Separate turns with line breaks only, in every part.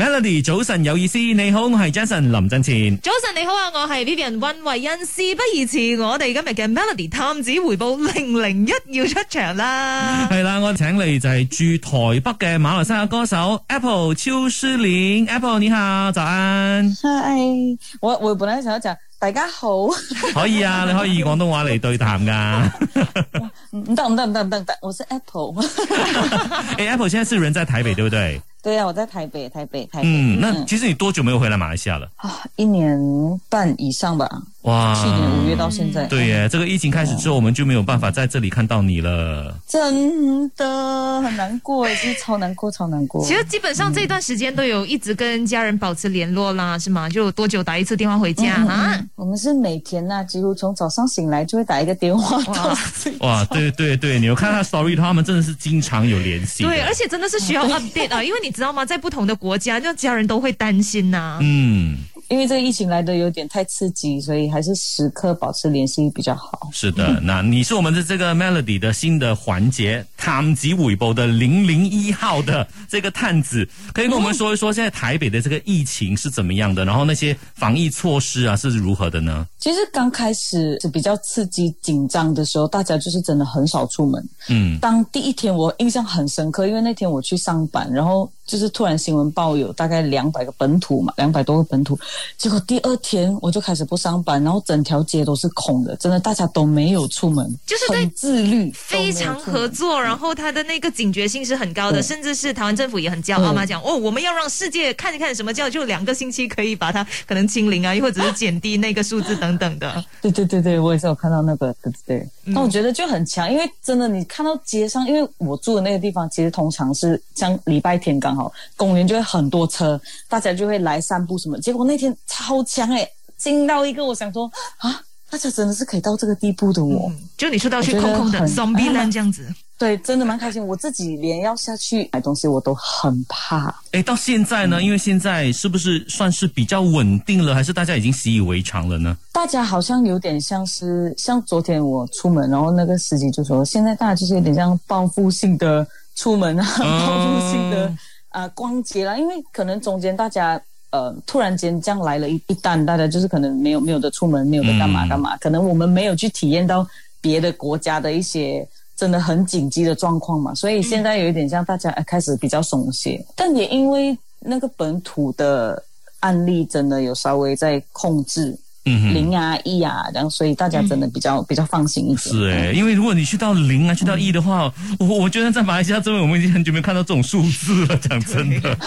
Melody 早晨有意思，你好，我係 Jason 林振前。
早晨你好啊，我係 Vivian 温慧欣。事不宜遲，我哋今日嘅 Melody 探子回報零零一要出場啦。
係啦，我請嚟就係駐台北嘅馬來西亞歌手 Apple 邱詩凌，Apple 你好，早安。
嗨，我我本來想要講大家好， 唔
可以啊，你可以以廣東話嚟對談噶。
嗯唔得唔得唔得唔得唔得，我是 Apple。
哎，Apple 現在是人在台北，對不對？
對啊，我在台北，台北，台北。
嗯，那其實你多久沒有回來馬來西亞了？
啊，一年半以上吧，
哇，
去年五月到現在。
對耶，這個疫情開始之後，我們就沒有辦法在這裡看到你了。
真的很難過，就是超難過，超難過。
其實基本上這段時間都有一直跟家人保持聯絡啦，是嗎？就多久打一次電話回家啊？
我們是每天呐、幾乎從早上醒來就會打一個電話到睡。
哇，對對對，你有看他 story，他們真的是經常有聯繫的。
對，而且真的是需要 update 啊，因為你知道嗎，在不同的國家，那家人都會擔心啊呐、
嗯。
因為這個疫情來得有點太刺激，所以還是時刻保持聯繫比較好。
是
嗯
的，那你是我們的這個 Melody 的新的環節“探子回報”的零零一號的這個探子，可以跟我們說一說現在台北的這個疫情是怎麼樣的，然後那些防疫措施啊是如何的呢？
其實剛開始是比較刺激、緊張的時候，大家就是真的很少出門。
嗯，
當第一天我印象很深刻，因為那天我去上班，然後就是突然新聞報有大概兩百個本土嘛，兩百多個本土，結果第二天我就開始不上班，然後整條街都是空的，真的大家都沒有出門，
就是在
很自律，
非常合
作。
作，然後他的那個警覺性是很高的，
对
甚至是台灣政府也很驕傲嘛，
嗯
讲哦，我们要让世界看一看什么叫就两个星期可以把它可能清零啊，又或者是减低那个数字等等的。
对对对对，我也是有看到那个，对对对。
嗯
那、我觉得就很强，因为真的你看到街上，因为我住的那个地方，其实通常是像礼拜天刚好公园就会很多车，大家就会来散步什么。结果那天超强诶、惊到一个我想说啊，大家真的是可以到这个地步的哦。
嗯，就你说到去
我觉
空
得
空的
很
zombie land 这样 子，
对，真的蛮开心。我自己连要下去买东西我都很怕。
哎，到现在
嗯
呢，因為現在是不是算是比較穩定了，還是大家已經習以為常了呢？
大家好像有点像是，像昨天我出门，然后那个司机就说，现在大家就是有点像报复性的出门啊，
嗯
报复性的啊、呃逛街啦，因为可能中间大家呃突然间这样来了一一单，大家就是可能没有没有的出门，没有的干嘛
嗯
干嘛，可能我们没有去体验到别的国家的一些。真的很紧急的状况嘛，所以现在有一点像大家呃开始比较松懈，但也因为那个本土的案例真的有稍微在控制，
嗯哼。
零啊一啊，然后所以大家真的比较、比较放心一点。
是哎、
嗯
因为如果你去到零啊，去到一的話，我我觉得在馬來西亞這邊，我們已經很久沒有看到這種數字了。講真的，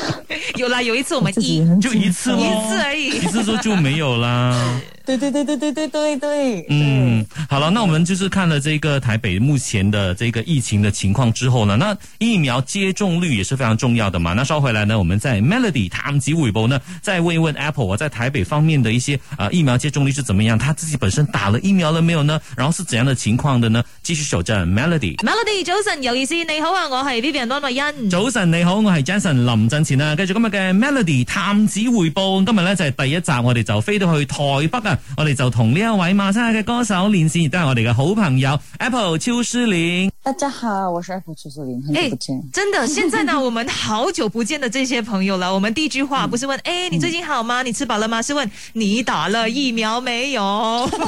有啦，有一次我们
自己
一
也很
就一次咯，
一次而已
一次之後就沒有啦。
对对对对对对对对，
嗯，好了，那我们就是看了这个台北目前的这个疫情的情况之后呢，那疫苗接种率也是非常重要的嘛。那稍回来呢，我们在 Melody 探及微博呢，再问一问 Apple 啊，在台北方面的一些呃疫苗接种率是怎么样，他自己本身打了疫苗了没有呢？然后是怎样的情况的呢？继续守着 Melody。
Melody 早晨有意思，你好啊，我係 Vivian 温慧欣。
早晨，你好，我系 Jason 林振前啊。繼續今日嘅 Melody 探子回報，今日咧就係第一集，我哋就飛到去台北啊，我哋就同呢一位馬來西亞嘅歌手連線，亦都係我哋嘅好朋友 Apple 邱詩凌。
大家好，我是 Apple 邱淑玲，很久不
哎
见。
真的，现在呢，我们好久不见的这些朋友了，我们第一句话不是 问，哎、你最近好吗？你吃饱了吗？是问你打了疫苗没有？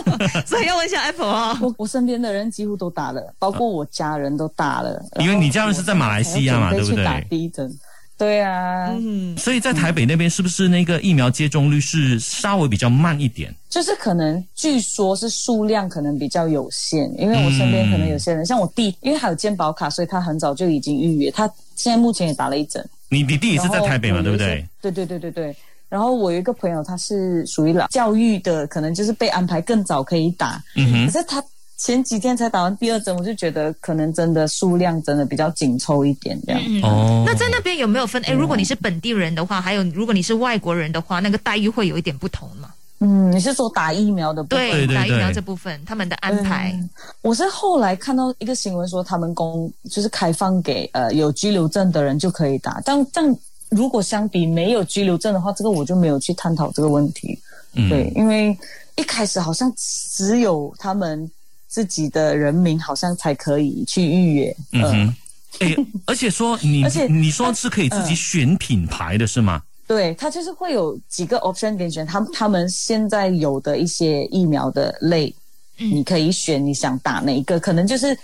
所以要问一下 Apple 啊、
我我身邊的人幾乎都打了，包括我家人都打了。
啊因為你家人是在馬來西亞嘛
然後我
對不
準備
對
去打第一针。对啊，
嗯，
所以在台北那邊，是不是那個疫苗接種率是稍微比較慢一點？
就是可能据说是数量可能比较有限，因为我身边可能有些
嗯
人，像我弟，因为他有健保卡，所以他很早就已经预约，他现在目前也打了一针。
你你弟也是在台北嘛，
然
对不
后我有一
對？
些？对对对对对。然后我有一个朋友，他是属于老教育的，可能就是被安排更早可以打，
嗯哼
可。是他前几天才打完第二针，我就觉得可能真的数量真的比较紧凑一点这样。
哦
那在那边有没有分？哎、如果你是本地人的话，还有如果你是外国人的话，那个待遇会有一点不同嘛？
嗯，你是说打疫苗的部分？
对
对，
对
打疫苗
对
这部分他们的安排，
嗯我是后来看到一个新闻说，他们公就是开放给呃有居留证的人就可以打，但但如果相比没有居留证的话，这个我就没有去探讨这个问题。
嗯
对，因为一开始好像只有他们自己的人民好像才可以去预约。
嗯
呃
哼。哎、而且说你
而且呃
你说是可以自己选品牌的是吗？
对，它就是会有几个 option 给你选，他他们现在有的一些疫苗的类，
嗯
你可以选你想打哪一个，可能就是。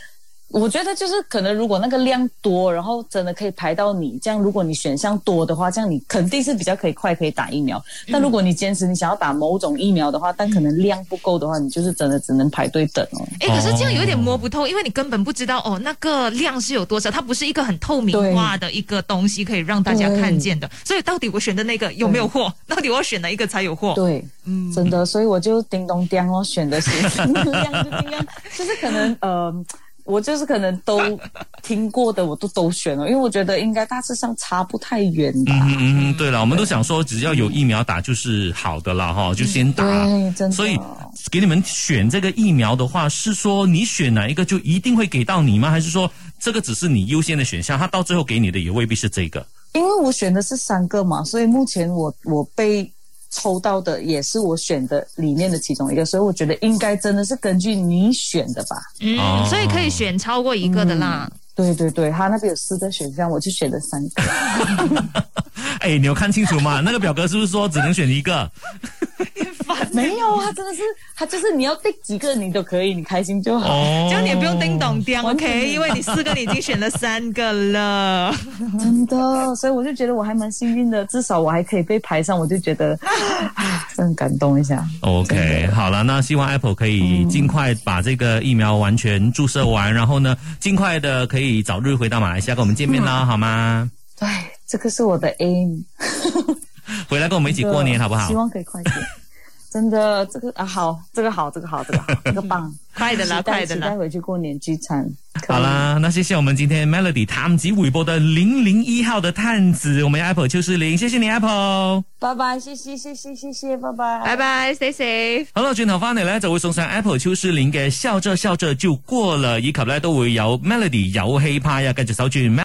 我觉得就是可能，如果那个量多，然后真的可以排到你这样。如果你选项多的话，这样你肯定是比较可以快可以打疫苗。但如果你坚持你想要打某种疫苗的话，但可能量不够的话，你就是真的只能排队等哦。
哎，可是这样有点摸不透，因为你根本不知道哦，那个量是有多少，它不是一个很透明化的一个东西，可以让大家看见的。所以到底我选的那个有没有货？到底我要选哪一个才有货？
对，
嗯，
真的，所以我就叮咚叮哦，选的是量就尽量，就是可能呃，我就是可能都听过的我都都选了，因为我觉得应该大致上差不太远吧。
嗯嗯嗯，对了，我们都想说，只要有疫苗打就是好的了
嗯
哈，就先打。
对，真的。
所以给你们选这个疫苗的话，是说你选哪一个就一定会给到你吗？还是说这个只是你优先的选项，他到最后给你的也未必是这 个？
因为我选的是三个嘛，所以目前我我被抽到的也是我选的里面的其中一个，所以我觉得应该真的是根据你选的吧。
嗯，
哦
所以可以选超过一个的啦。
对对对，他那边有四个选项，我就选了三个。
哎，你有看清楚吗？那个表格是不是说只能选一 个？
没有啊，真的是他就是你要定几个你都可以，你开心就好。
哦，
这样你也不用叮咚叮
哦完全
，OK？
没有
因为你四个你已经选了三个 了，
真的，所以我就觉得我还蛮幸运的，至少我还可以被排上，我就觉得，唉，真的感动一下。
OK，好了，那希望 Apple 可以尽快把这个疫苗完全注射完，然后呢，尽快的可以早日回到马来西亚跟我们见面
嗯
啦，好吗？
对，这个是我的 aim，
回来跟我们一起过年好不好
希？望可以快点。真的，这个啊好，这个好，这个好， 这个好，这个棒，
快的啦，
期待
快的
期
啦
待。回去过年聚餐。可以
好，啦，那谢谢我们今天 Melody 探及微博的零零一号的探子，我们 Apple 邱诗玲，谢谢你 Apple。
拜拜，谢谢，谢谢，谢谢，拜拜，
拜拜，stay safe。
好啦，轉頭翻嚟咧就會送上 Apple 超詩玲嘅笑着笑着就過啦，以及咧都會有 Melody 有氣派啊，繼續守住 Melody。